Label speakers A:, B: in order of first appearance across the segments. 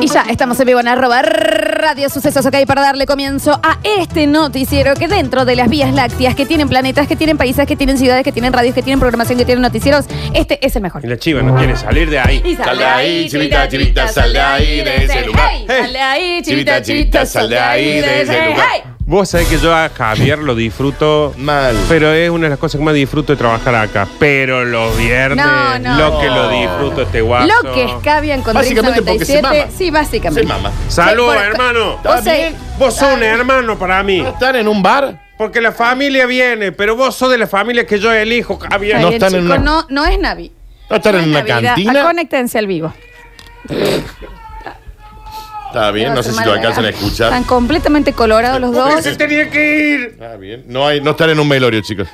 A: Y ya estamos en vivo en arroba radio sucesos ok para darle comienzo a este noticiero que dentro de las vías lácteas que tienen planetas, que tienen países, que tienen ciudades, que tienen radios, que tienen programación, que tienen noticieros, este es el mejor.
B: Y la chiva no quiere salir de ahí.
A: Y
C: Sal de ahí, chivita, chivita, sal de ahí de ese lugar.
A: Hey,
C: Hey.
A: sal de ahí,
C: Chivita,
A: chivita, chivita, sal de ahí de ese lugar. Hey.
B: Vos sabés que yo a Javier lo disfruto
C: Mal.
B: Pero es una de las cosas que más disfruto de trabajar acá. Pero los viernes,
A: No, no.
B: lo que lo disfruto este guaso.
A: Lo que escabian con
C: Básicamente porque se
A: 397.
C: mama.
A: Sí, básicamente.
C: Se mama.
B: Salud,
A: Sí, por-
B: hermano.
C: ¿Está
A: O sea,
C: bien?
B: Vos sos un hermano para mí.
C: ¿No están en un bar?
B: Porque la familia viene, pero vos sos de la familia que yo elijo, Javier.
C: No
A: Javier,
C: están en
A: chico,
C: una-
A: no, no es Navi.
C: ¿No están en
A: No
C: una
A: es Navidad.
C: cantina?
A: Ah, Conéctense al vivo.
C: Está bien, no sé si lo alcanzan a escuchar.
A: Están completamente colorados los
B: ¿Por qué
A: dos.
B: se tenía que ir?
C: Está bien. No, hay, no están en un velorio, chicos.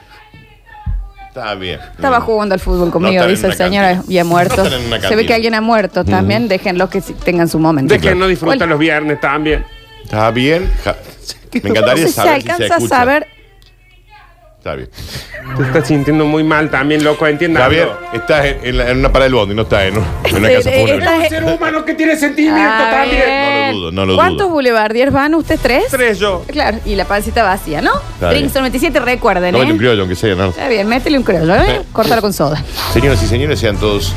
C: Está bien.
A: Estaba jugando al fútbol conmigo,
C: están en
A: dice el
C: una
A: señor,
C: cantina.
A: y ha muerto.
C: No están en una
A: Se ve que
C: cantina.
A: alguien ha muerto también. Déjenlos que si- tengan su momento.
B: De que no disfrutan los viernes también.
C: Está bien. Ja- Me
A: Entonces,
C: encantaría
A: si se
C: saber si se
A: alcanza a
C: escucha.
A: saber.
C: Está bien.
B: Te estás sintiendo muy mal también, loco, entiendas.
C: Javier, estás en, en la- en una parada del bondi, no estás en, un- en una
A: Sí,
C: casa
A: eh,
C: fúnebre.
A: estás-
B: Un ser humano que tiene sentimiento
A: Ah,
B: también.
A: bien.
C: No lo dudo, no lo
A: ¿Cuántos
C: dudo.
A: boulevardiers van? ¿Usted tres?
B: Tres yo.
A: Claro, y la pancita vacía, ¿no?
C: Está
A: Drinks
C: bien.
A: 97, recuerden,
C: No vale un
A: ¿eh?
C: criollo, aunque sea, ¿no?
A: Está bien, métele un criollo, ¿eh? Córtalo con soda.
C: Señoras y señores, sean todos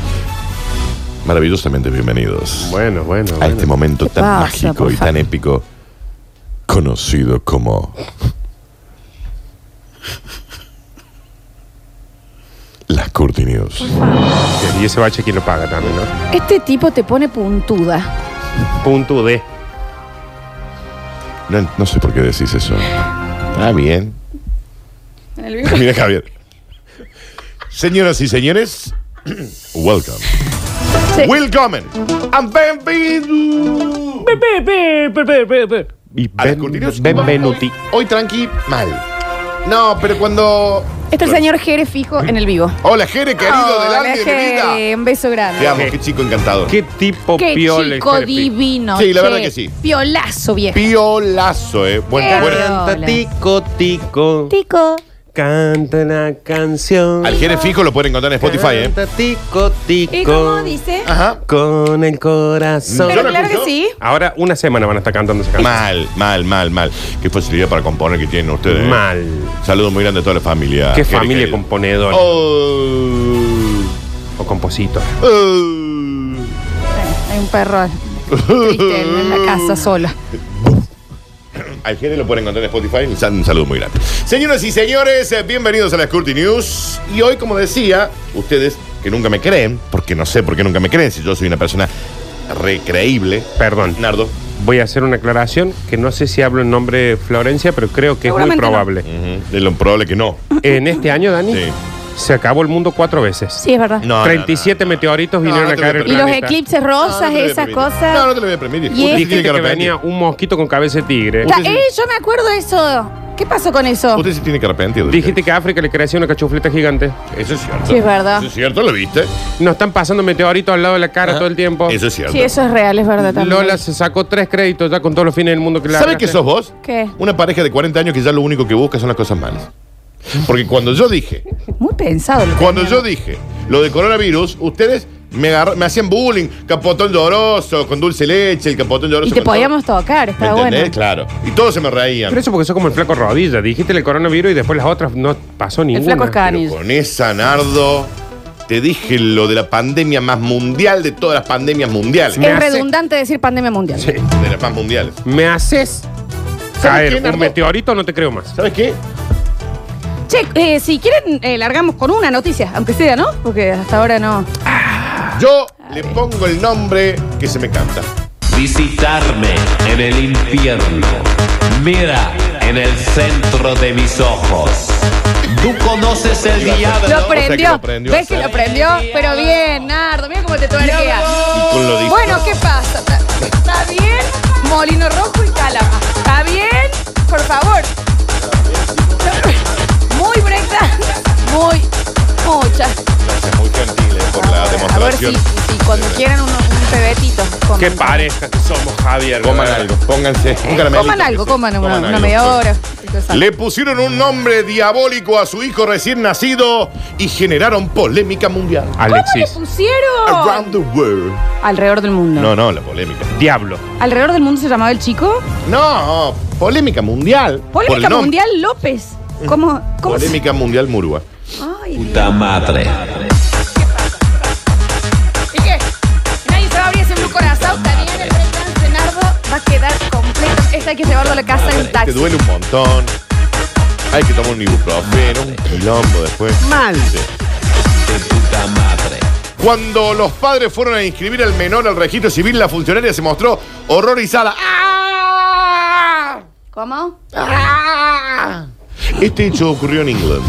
C: maravillosamente bienvenidos
B: Bueno, bueno.
C: a este momento
A: ¿Qué
C: tan
A: pasa,
C: mágico
A: por
C: y tan
A: favor?
C: épico, conocido como. Las Curti News.
B: Y ese bache quién lo paga también, ¿no?
A: Este tipo te pone puntuda.
B: Punto D.
C: No, no sé por qué decís eso. Ah, bien.
A: En el vivo.
C: Mira, Javier. Señoras y señores, welcome.
A: Sí.
C: Welcome and bienvenido.
B: Y
C: A las Curti News.
B: Benvenuti.
C: Hoy, hoy tranqui, mal. No, pero cuando...
A: Este es el señor Jere Fijo en el vivo.
C: Hola, Jere, querido del
A: Hola,
C: alma y de mi vida.
A: Jere, Un beso grande.
C: Te amo, qué chico encantador.
B: Qué tipo
A: Qué
B: piola.
A: chico
B: Jorge.
A: divino.
C: Sí, la
A: che.
C: verdad que sí.
A: Piolazo, viejo.
C: Piolazo, eh. Buen,
A: Qué
C: buen-
A: lindo. Hola.
B: Canta tico tico.
A: Tico.
B: Canta la canción.
C: Al Jere fijo lo pueden encontrar en Spotify, eh.
B: Canta tico tico.
A: ¿Y cómo dice?
C: Ajá.
B: Con el
C: Yo
B: corazón.
A: Pero
C: lo
A: claro que
C: escucho.
A: sí.
B: Ah. Ahora una semana van a estar cantando esa canción.
C: Mal, mal, mal, mal. Qué facilidad para componer que tienen ustedes. eh.
B: Mal.
C: Saludos muy grande a toda la familia.
B: Ah, Qué
C: Jere, Oh,
B: familia
C: querido.
B: componedora
C: Oh.
B: o compositor.
C: Oh.
A: Hay un perro triste en la casa sola.
C: Al Jere lo pueden encontrar en Spotify. Un sal- Un saludo muy grande. Señoras y señores, eh, bienvenidos a las Curti News. Y hoy, como decía, ustedes que nunca me creen, porque no sé por qué nunca me creen, si yo soy una persona recreíble.
B: Perdón.
C: Nardo.
B: Voy a hacer una aclaración que no sé si hablo en nombre de Florencia, pero creo que es muy
A: Seguramente no.
B: probable.
C: Ujú, De lo probable que no.
B: En este año, Dani,
C: Sí.
B: se acabó el mundo cuatro veces.
A: Sí, es verdad.
C: No, no,
B: 37
C: no, no.
B: meteoritos vinieron
C: No, no
B: a
C: te
B: caer
C: voy
B: el
C: a
A: Y los
B: planeta.
A: eclipses
C: No, no te
A: rosas,
C: lo voy a
A: esas
C: permitir.
A: cosas.
C: No, no te lo voy a permitir.
A: Y
C: Usted
A: es-
C: se tiene
B: Dijiste
C: que
B: que,
C: arrepentir.
B: venía un mosquito con cabeza de tigre.
A: Ta- eh, yo me acuerdo de eso. ¿Qué pasó con eso?
C: Usted se tiene que arrepentir.
B: Dijiste que a África le crecía una cachufleta gigante.
C: Eso es cierto.
A: Sí, es verdad.
C: Eso es cierto, ¿lo viste?
B: Nos están pasando meteoritos al lado de la cara todo el tiempo.
C: Ah, Eso es cierto.
A: Oh. Sí, eso es real, es verdad también.
B: Lola se sacó tres créditos ya con todos los fines del mundo que le
C: ¿Sabes
B: hablaste.
C: qué sos vos?
A: ¿Qué?
C: Una pareja de 40 años que ya lo único que busca son las cosas malas. Porque cuando yo dije,
A: Muy pensado. lo
C: cuando
A: tenía.
C: yo dije lo de coronavirus, ustedes me, agarra- me hacían bullying, capotón lloroso, con dulce leche, el capotón lloroso.
A: Y te
C: con todo.
A: podíamos tocar,
C: ¿Me
A: estaba
C: entendés?
A: bueno.
C: Claro. Y todos se me
B: Pero
C: reían.
B: eso porque sos como el flaco rodilla. Dijiste el coronavirus y después las otras no pasó ninguna.
A: flaco Escanilla.
C: Pero con esa, Nardo, te dije lo de la pandemia más mundial de todas las pandemias mundiales.
B: Me
A: Es
B: hace-
A: redundante decir pandemia mundial.
B: Sí.
C: De las más mundiales.
B: Me haces
C: qué,
B: caer
C: Nardo?
B: un meteorito, no te creo más.
C: ¿Sabes qué?
A: Che, eh, si quieren, eh, largamos con una noticia, aunque sea, ¿no? Porque hasta ahora no. Ah.
C: Yo le pongo el nombre que se me canta.
D: Visitarme en el infierno. Mira en el centro de mis ojos. Tú conoces el diablo.
A: Lo
C: sea que
A: prendió.
C: lo prendió,
A: ¿Ves que
C: sí.
A: lo prendió? Pero bien, Nardo, mira cómo te tuerquea.
C: Y con lo dicho.
A: Bueno, ¿qué pasa? ¿Está bien? Molino Rojo y Calama. ¿Está bien? Por favor. Muy breakdance. Muy, muchas.
C: Gracias, muy gentil eh, por la
A: A ver si,
C: demostración.
A: si cuando quieran uno- un pebetito. coman.
B: Qué pareja que somos, Javier.
C: Coman
B: ¿verdad?
C: algo, pónganse un caramelito.
A: Eh, Coman algo, coman una, una
C: algo.
A: media hora. Entonces,
C: Le pusieron un nombre diabólico a su hijo recién nacido y generaron polémica mundial.
B: Alexis.
A: ¿Cómo le pusieron?
C: Around the world.
A: Alrededor del mundo.
C: No, no, la polémica.
B: Diablo.
A: ¿Alrededor del mundo se llamaba el chico?
C: No, polémica mundial. por el
A: Polémica
C: nombre.
A: Mundial López. ¿Cómo? cómo se-
C: Polémica mundial Murúa.
A: Ay,
D: Puta madre.
A: ¿Y qué? Nadie se va a abrir ese blue corazón. También el breakdance de Nardo va a quedar completo. Este hay que llevarlo a la casa en
C: Te
A: taxi.
C: duele un montón. Hay que tomar un ibuprofeno, un quilombo después.
E: Mal.
C: Sí.
D: De puta madre.
C: Cuando los padres fueron a inscribir al menor al registro civil, la funcionaria se mostró horrorizada. ¡Ah!
A: ¿Cómo?
C: ¡Ah! Este hecho ocurrió en Inglaterra.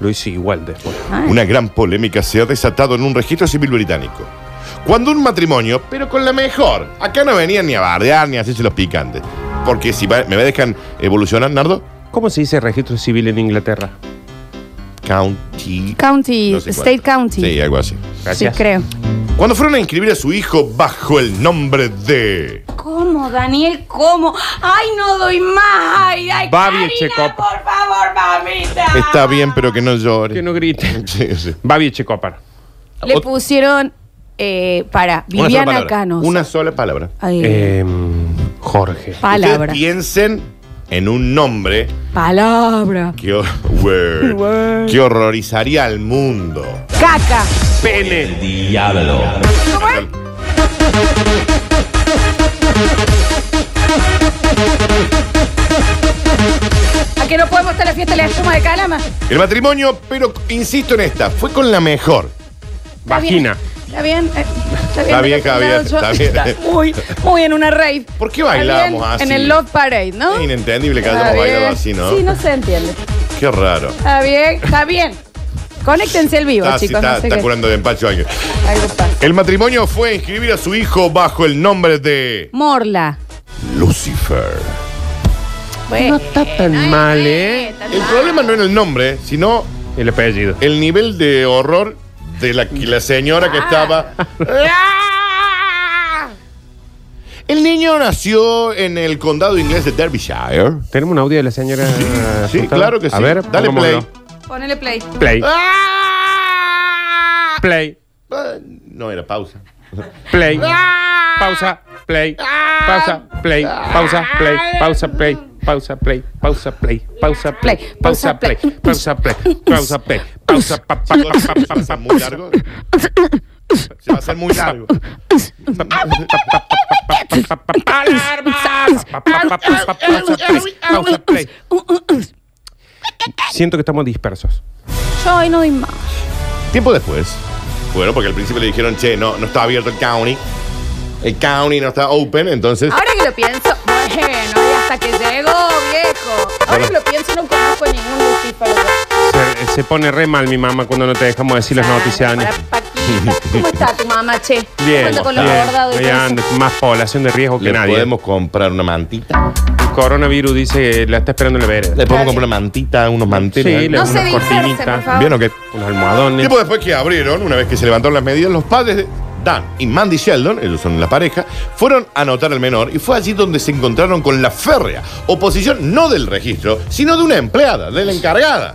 B: Lo hice igual después.
C: Una gran polémica se ha desatado en un registro civil británico. Cuando un matrimonio, pero con la mejor, acá no venían ni a bardear ni a hacerse los picantes. Porque si va- me dejan evolucionar, Nardo,
B: ¿Cómo se dice registro civil en Inglaterra?
C: County.
A: County,
C: no sé cuánto.
A: State County.
C: Sí, algo así.
B: Gracias.
A: Sí, creo.
C: Cuando fueron a inscribir a su hijo bajo el nombre de.
A: ¿Cómo, Daniel? ¿Cómo? ¡Ay, no doy más! ¡Ay, ay!
B: Babi Echecop.
A: por favor, mamita!
C: Está bien, pero que no llore.
B: Que no griten.
C: Sí, sí.
B: Babi Checopar.
A: Le pusieron eh, para
C: Una sola
A: Viviana
C: palabra.
A: Canos.
C: Una Eh, sola palabra.
A: Ay,
B: Jorge.
A: palabra.
C: Ustedes piensen en un nombre
A: Palabra.
C: que, hor- word, que horrorizaría al mundo.
A: Caca.
B: Pene.
D: El diablo.
A: ¿Cómo es? ¿A que no podemos estar en la fiesta de la espuma de Calama?
C: El matrimonio, pero insisto en esta, fue con la mejor.
B: Vagina.
A: Está bien, eh, está bien.
C: Está bien,
A: me
C: Javier,
A: lo he fundado yo.
C: está bien.
A: muy, muy en una rave.
C: ¿Por qué bailábamos
A: Está bien,
C: así?
A: En el Love Parade, ¿no?
C: Es inentendible que
A: Está
C: hayamos
A: bien.
C: bailado así, ¿no?
A: Sí, no se entiende.
C: Qué raro.
A: Está bien, está bien. Conéctense al vivo,
C: Está, sí,
A: chicos.
C: está-
A: no sé
C: está
A: qué.
C: curando de empacho a alguien.
A: Algo pasa.
C: El matrimonio fue a inscribir a su hijo bajo el nombre de
A: Morla.
C: Lucifer.
A: Bueno,
B: No está tan
A: ay,
B: mal,
A: no
B: ¿eh?
A: está tan
C: El
A: mal.
C: problema no era el nombre, sino
B: El apellido.
C: el nivel de horror de la, que la señora que estaba. El niño nació en el condado inglés de Derbyshire.
B: ¿Tenemos un audio de la señora?
C: sí,
B: asustada?
C: claro que sí.
B: A ver,
C: Dale
B: pongámoslo.
A: Ponele play.
B: Play.
C: Ah,
B: Play.
C: No era pausa.
B: Play. Pausa. Play. Pausa. Play. Pausa. Play. Pausa. Play. Pausa. Play. Pausa. Play. Pausa. Play. Pausa. Play. Pausa. Play. Pausa. Play. Pausa. pa, pa, pa, pa, pa,
C: ¿Se va a
B: pa,
C: hacer muy largo? Se va a hacer muy largo.
B: pa, pa, pa, ¡Alarma! Pa, pa, pa, pa, pa, Pausa. Play. Pausa. Play. Siento que estamos dispersos.
A: Yo hoy no doy más.
C: Tiempo después. Bueno, porque al principio le dijeron, che, no, no está abierto el county. El county no está open, entonces.
A: Ahora que lo pienso, bueno, y hasta que llegó, viejo. Ahora que lo pienso, no conozco ningún lucífero.
B: Se, se pone re mal mi mamá cuando no te dejamos decir las noticias. Ani.
A: Para Paquita. ¿Cómo está tu mamá, che? ¿Cómo
B: Bien,
A: anda con los
B: bien.
A: bordados y
B: Ahí
A: todo eso?
B: anda, más población de riesgo que
C: Le
B: nadie.
C: podemos comprar una mantita.
B: El coronavirus dice que la está esperando en la vereda.
C: Le podemos comprar una mantita, unos manteles.
B: Sí, le-
A: No
B: unas
A: se dispersen,
B: cortinitas.
A: por favor.
C: ¿Vieron que
B: Unos almohadones.
C: Tiempo después que abrieron, una vez que se levantaron las medidas, los padres de Dan y Mandy Sheldon, ellos son la pareja, fueron a anotar al menor y fue allí donde se encontraron con la férrea oposición no del registro, sino de una empleada, de la encargada,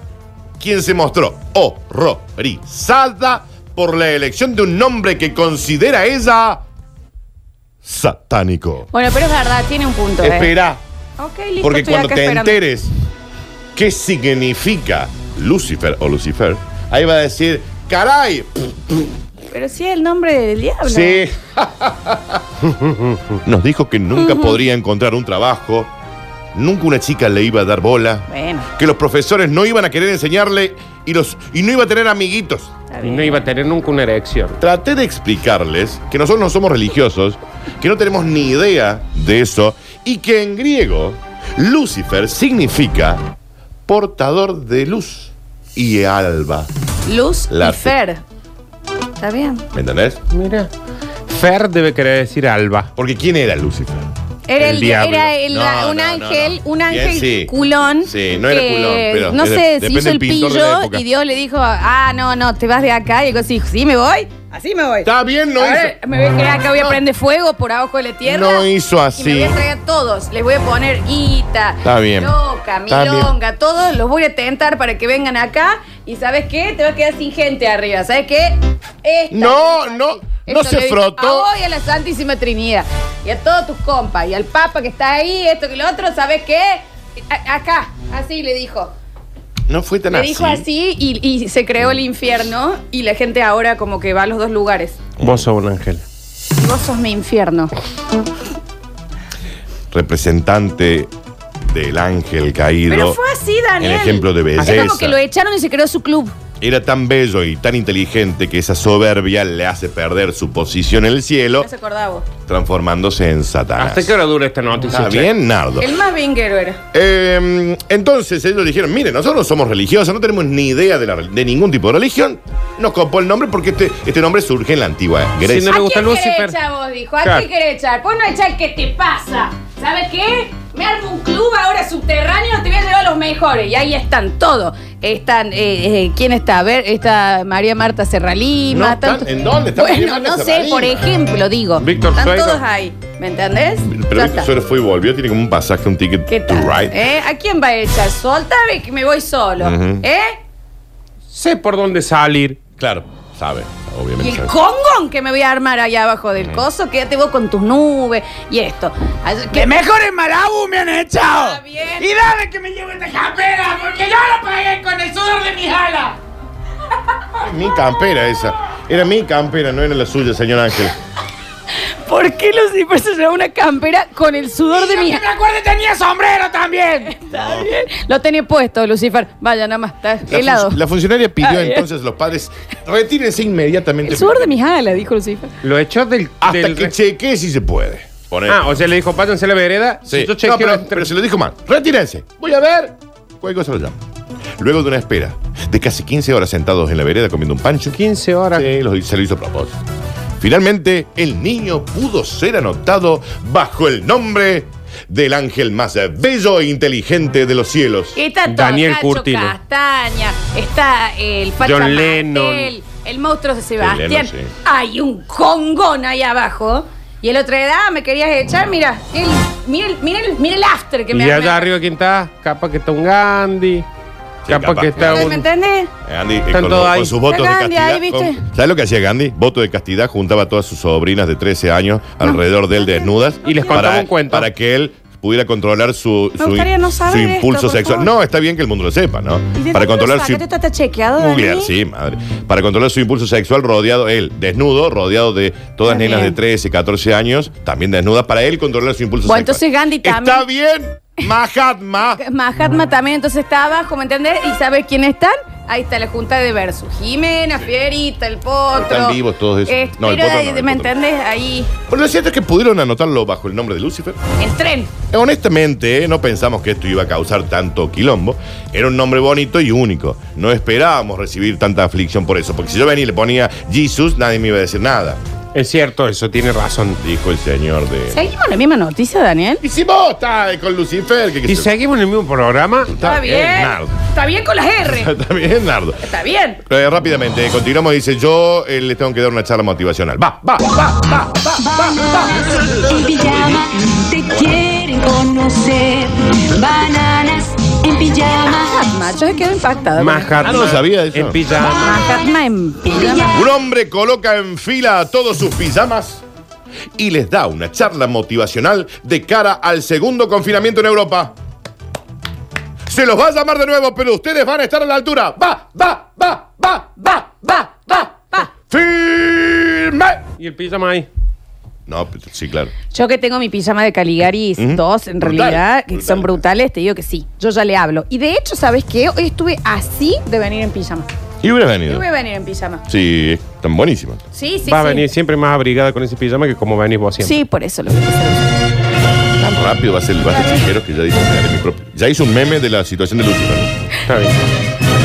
C: quien se mostró horrorizada por la elección de un nombre que considera ella satánico.
A: Bueno, pero es verdad, tiene un punto. ¿eh?
C: Espera,
A: Ok, listo,
C: porque
A: estoy
C: cuando
A: acá
C: te
A: esperando.
C: enteres qué significa Lucifer o Lucifer, ahí va a decir, caray,
A: Pero sí, el nombre del diablo.
C: Sí. Nos dijo que nunca podría encontrar un trabajo, nunca una chica le iba a dar bola,
A: Bueno,
C: que los profesores no iban a querer enseñarle y, los, y no iba a tener amiguitos.
A: está
B: Y no
A: bien.
B: iba a tener nunca una erección.
C: Traté de explicarles que nosotros no somos religiosos, que no tenemos ni idea de eso y que en griego Lucifer significa portador de luz y alba.
A: Luz
C: La-
A: y Fer. Está bien.
C: ¿Me entendés?
B: Mira. Fer debe querer decir Alba.
C: Porque ¿quién era Lucifer?
A: Era,
C: El
A: el,
C: diablo.
A: era el-
C: No, no,
A: un
C: no,
A: ángel,
C: no.
A: un
C: Bien,
A: ángel
C: sí.
A: culón.
C: Sí, no era
A: que
C: culón, pero
A: no
C: es de-
A: sé, se
C: depende
A: hizo
C: del
A: el
C: pintor de la
A: pillo
C: época.
A: y Dios le dijo, ah, no, no, te vas de acá. Y él dijo, sí, me voy, así me voy.
C: Está bien, no
A: a ver,
C: hizo.
A: me voy a quedar acá, voy a prender fuego por abajo de la tierra.
C: No hizo así.
A: Y me voy a traer a todos. Les voy a poner Ita,
C: Está bien.
A: Loca,
C: Está bien.
A: Milonga, todos los voy a tentar para que vengan acá. Y ¿sabes qué? Te vas a quedar sin gente arriba. ¿Sabes qué? Esta
C: No,
A: le dijo
C: no, no
A: así. Esto
C: se
A: le dijo
C: frotó.
A: A vos y a la Santísima Trinidad. Y a todos tus compas. Y al Papa que está ahí, esto que lo otro. ¿Sabes qué? A- acá. Así le dijo.
C: No fue tan
A: Le
C: así.
A: dijo así y, y se creó el infierno. Y la gente ahora como que va a los dos lugares.
B: Vos sos un ángel.
A: Vos sos mi infierno.
C: Representante del ángel caído.
A: Pero fue así, Daniel.
C: El ejemplo de
A: Es
C: belleza.
A: como que lo echaron y se creó su club.
C: Era tan bello y tan inteligente que esa soberbia le hace perder su posición en el cielo,
A: No se acordaba vos.
C: transformándose en Satanás.
B: ¿Hasta qué hora dura esta noticia?
C: Ah, Está
B: che?
C: bien, Nardo.
A: El más vinguero era.
C: Eh, entonces ellos dijeron, mire, nosotros no somos religiosos, no tenemos ni idea de, la- de ningún tipo de religión. Nos copó el nombre porque este, este nombre surge en la antigua Grecia.
B: Si no le gusta
A: quién querés
B: Lucifer.
A: echar vos? Dijo, ¿a
B: Claro.
A: quién querés echar? Pues no echar el que te pasa. ¿Sabes qué? Me armo un club ahora subterráneo, te voy a llevar a los mejores. Y ahí están todos. Están, eh, eh, ¿quién está? A ver, está María Marta Serralima.
C: No,
A: están-
C: ¿están- en dónde está María
A: Bueno,
C: Marta
A: no sé,
C: Serralima?
A: por ejemplo, digo.
B: Víctor
A: Están
B: Suero.
A: todos ahí. ¿Me entendés?
C: Pero
A: Ya
C: Víctor
A: está.
C: Suero fue y volvió, tiene como un pasaje, un ticket
A: ¿Qué
C: to
A: tal?
C: ride.
A: ¿Eh? ¿A quién va a echar? Soltame que me voy solo.
C: Ujú.
A: ¿Eh?
B: Sé por dónde salir.
C: Claro, sabe,
A: Y
C: obviamente.
A: el
C: sabe.
A: congón que me voy a armar allá abajo del coso, quédate vos con tus nubes y esto. Así Que me...
E: Mejor en Marabu me han echado.
A: Está bien.
E: Y dale que me llevo esta campera, porque yo la pagué con el sudor de mis alas.
C: Mi campera esa. Era mi campera, no era la suya, señor Ángel.
A: ¿Por qué Lucifer se lleva una campera con el sudor de mi...
E: Que me acuerdo tenía sombrero también.
A: Está bien. Lo tenía puesto, Lucifer. Vaya, nada más, está
C: La,
A: helado.
C: fun- la funcionaria pidió
A: Ah, bien.
C: entonces a los padres, retírense inmediatamente.
A: El sudor de mis alas, dijo Lucifer.
B: Lo echó del.
C: Hasta
B: del
C: que
B: re-
C: chequee si se puede. Poner.
B: Ah, o sea, le dijo, váyanse a la vereda.
C: Eh. Sí.
B: Yo
C: No,
B: chequeo
C: pero,
B: entre-
C: pero se lo dijo mal. Retírense. Voy a ver. Cualquier cosa lo llamo. Luego de una espera de casi 15 horas sentados en la vereda comiendo un pancho.
B: 15 horas.
C: Sí, lo- se lo hizo a propósito. Finalmente, el niño pudo ser anotado bajo el nombre del ángel más bello e inteligente de los cielos.
A: Está todo
B: Daniel
A: Cacho
B: Curtino.
A: Castaña, está el Pacha
B: John
A: Martel,
B: Lennon.
A: el monstruo de Sebastián.
C: Lennon, sí.
A: Hay un congón ahí abajo. Y el otro edad me querías echar, mira, el, mira, el- mira, el, mira el after que me
B: y allá
A: armé.
B: arriba, ¿quién está? Capaz que está un Gandhi. capaz,
C: capaz.
B: que está
A: ¿Me
B: un.
A: entendés?
C: Andy, eh,
B: Están
C: con,
B: todos
C: con
B: ahí.
C: sus votos de
A: Gandhi
C: castidad.
A: ahí, ¿viste?
C: con- ¿Sabes lo que hacía Gandhi? Voto de castidad, juntaba a todas sus sobrinas de 13 años alrededor de él desnudas.
B: Y les
C: para-
B: contaba un cuento.
C: Para que él pudiera controlar su, su,
A: gustaría no
C: su
A: saber esto,
C: impulso
A: por
C: sexual.
A: favor.
C: No, está bien que el mundo lo sepa, ¿no? Para controlar su.
A: ¿Esto está chequeado,
C: Googlear, sí, madre. Para controlar su impulso sexual, rodeado él, desnudo, rodeado de todas
A: Está
C: nenas
A: bien.
C: de 13, 14 años, también desnudas, para él controlar su impulso
A: Bueno,
C: sexual.
A: entonces Gandhi
C: Está bien, Mahatma.
A: Mahatma también, entonces está abajo, ¿me entendés? ¿Y sabes quién están? Ahí está la junta de versus. Jimena, Fierita, el potro.
C: Están vivos todos esos.
A: Eh,
C: No, el
A: pero
C: potro
A: ahí,
C: no, el
A: ¿me
C: potro.
A: entendés? Ahí,
C: Bueno, lo cierto es que pudieron anotarlo bajo el nombre de Lucifer.
A: el tren.
C: Honestamente, eh, no pensamos que esto iba a causar tanto quilombo. Era un nombre bonito y único. No esperábamos recibir tanta aflicción por eso. Porque si yo venía y le ponía Jesus, nadie me iba a decir nada.
B: Es cierto, eso tiene razón.
C: Dijo el señor de.
A: ¿Seguimos con la misma noticia, Daniel?
C: Y si vos estás con Lucifer, que, que
B: Y
C: se-
B: seguimos en el mismo programa.
A: Está bien.
C: Nardo.
A: Está bien con las R.
C: Está bien, Nardo.
A: Está bien.
C: Eh, rápidamente, continuamos. Dice: Yo eh, les tengo que dar una charla motivacional. Va, va, va, va, va, va, va.
F: en pijama, te quieren conocer. Bananas en pijama.
A: Macho, se quedó impactado.
B: Mahatma.
C: Ah, no lo sabía eso.
B: En pijama.
A: Mahatma en pijama.
C: Un hombre coloca en fila a todos sus pijamas y les da una charla motivacional de cara al segundo confinamiento en Europa. Se los va a llamar de nuevo, pero ustedes van a estar a la altura. ¡Va, va, va, va, va, va, va, va! ¡Firme!
B: Y el pijama ahí.
C: No, pero- sí, claro.
A: Yo que tengo mi pijama de Caligaris
C: Ujú.
A: 2, en
C: Brutal,
A: realidad, que
C: brutal.
A: son brutales, te digo que sí. Yo ya le hablo. Y de hecho, ¿sabes qué? Hoy estuve así de venir en pijama.
C: ¿Y hubieras
A: Yo
C: venido?
A: voy a venir en pijama.
C: Sí, están buenísimas.
A: Sí, sí,
B: Va a
A: sí.
B: venir siempre más abrigada con ese pijama que como venís vos siempre.
A: Sí, por eso lo voy a hacer.
C: Tan rápido va a ser el base chichero que ya dice, "Me haré mi propio". Ya hizo un meme de la situación de Lucifer.
B: Está bien.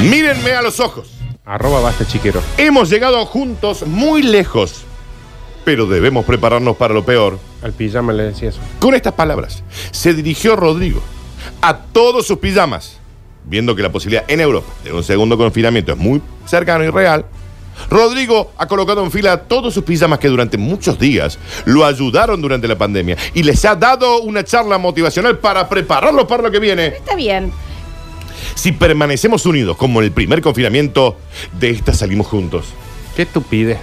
C: Mírenme a los ojos.
B: Arroba basta chiquero.
C: Hemos llegado juntos muy lejos. pero debemos prepararnos para lo peor.
B: Al pijama le decía eso.
C: Con estas palabras, se dirigió Rodrigo a todos sus pijamas, viendo que la posibilidad en Europa de un segundo confinamiento es muy cercano y real. Rodrigo ha colocado en fila a todos sus pijamas que durante muchos días lo ayudaron durante la pandemia y les ha dado una charla motivacional para prepararlos para lo que viene.
A: Está bien.
C: Si permanecemos unidos como en el primer confinamiento, de esta salimos juntos.
B: Qué estupidez.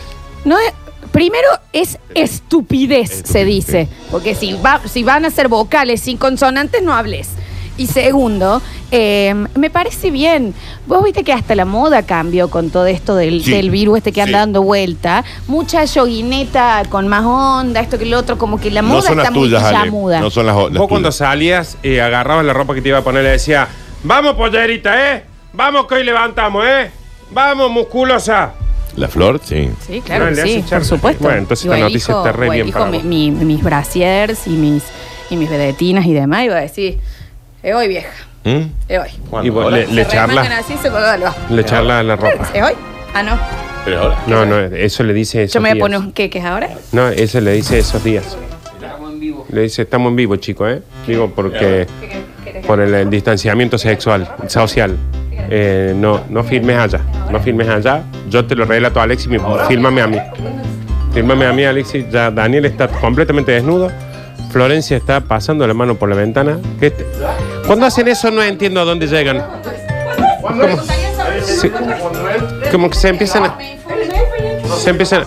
A: No es- primero es estupidez, se dice. Porque si, va- si van a ser vocales sin consonantes, no hables. Y segundo, eh, me parece bien. Vos viste que hasta la moda cambió con todo esto del,
C: Sí.
A: del virus este que
C: Sí.
A: anda dando vuelta. Mucha yoguineta con más onda, esto que lo otro, como que la
C: no
A: moda
C: son las
A: está muy
C: tuyas, Ale.
A: llamuda.
C: No son las, las
B: Vos cuando
C: tuyas.
B: salías y agarrabas la ropa que te iba a poner, le decía, vamos pollerita, ¿eh? Vamos que hoy levantamos, ¿eh? Vamos, musculosa.
C: La flor, sí.
A: Sí, claro,
B: No,
A: que
B: le
A: sí,
B: hace
A: por
B: charla. eh,
A: supuesto.
B: Bueno, entonces
A: Yo
B: esta noticia
A: elijo-
B: está re
A: o
B: bien
A: elijo
B: para
A: mi-
B: vos.
A: mi- mis brasiers y mis, y mis vedetinas y demás, y voy a decir, es hoy vieja,
C: ¿Mm?
A: es hoy.
B: Y vos le,
A: Se
B: le
A: remangan
B: charlas.
A: así, se colgan, va.
B: Le charlas la ropa.
A: ¿Es hoy? Ah, no.
C: Pero ahora.
B: No, no, eso le dice esos
A: Yo me voy a
B: días.
A: poner un queque ahora.
B: No, eso le dice esos días. Le dice, estamos en vivo, chico, ¿eh? Digo, porque por el, el distanciamiento sexual, social. Eh, no, no firmes allá, no firmes allá. Yo te lo relato a Alexis, mi- fírmame a mí. Fírmame a mí, Alexis. Ya Daniel está completamente desnudo. Florencia está pasando la mano por la ventana. ¿Qué te- Cuando hacen eso no entiendo a dónde llegan. Como, se- como que se empiezan a... Se empiezan a...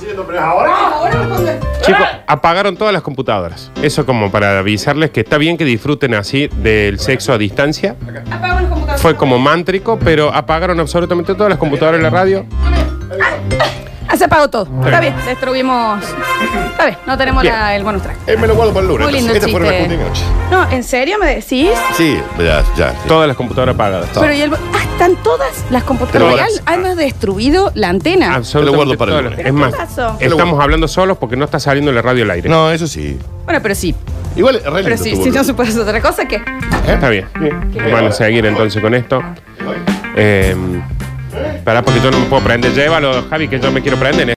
B: Chicos, apagaron todas las computadoras. Eso como para avisarles que está bien que disfruten así del sexo a distancia. Fue como mántrico, pero apagaron absolutamente todas las computadoras y la radio.
A: Ah, se apagó todo.
B: Está
A: Está
B: bien.
A: bien, destruimos. Está bien, no tenemos
B: Bien.
A: la- el bonus track.
C: Eh, me lo guardo para el lunes.
A: Muy lindo
C: Esta fue la
A: chiste.
C: Curti Noche.
A: No, ¿en serio me decís?
C: Sí, ya, ya. sí.
B: Todas las computadoras apagadas.
C: Todo.
A: Pero y el, ah, están todas las computadoras.
C: Todas.
A: Real, han destruido la antena.
C: Te lo guardo
B: Absolutamente
C: para el
B: todas
C: lunes.
B: las- Es más,
A: Ah. pasó?
B: estamos hablando solos porque no está saliendo la radio al aire.
C: No, eso sí.
A: Bueno, pero sí.
C: Igual, es re
A: Pero
C: lindo
A: sí,
C: tu
A: si no
C: boludo.
A: se puede hacer otra cosa, ¿qué?
B: Está
C: ¿Eh?
B: bien. Bueno, seguir entonces con esto. Eh, pará porque yo no me puedo prender. Llévalo, Javi, que yo me quiero prender.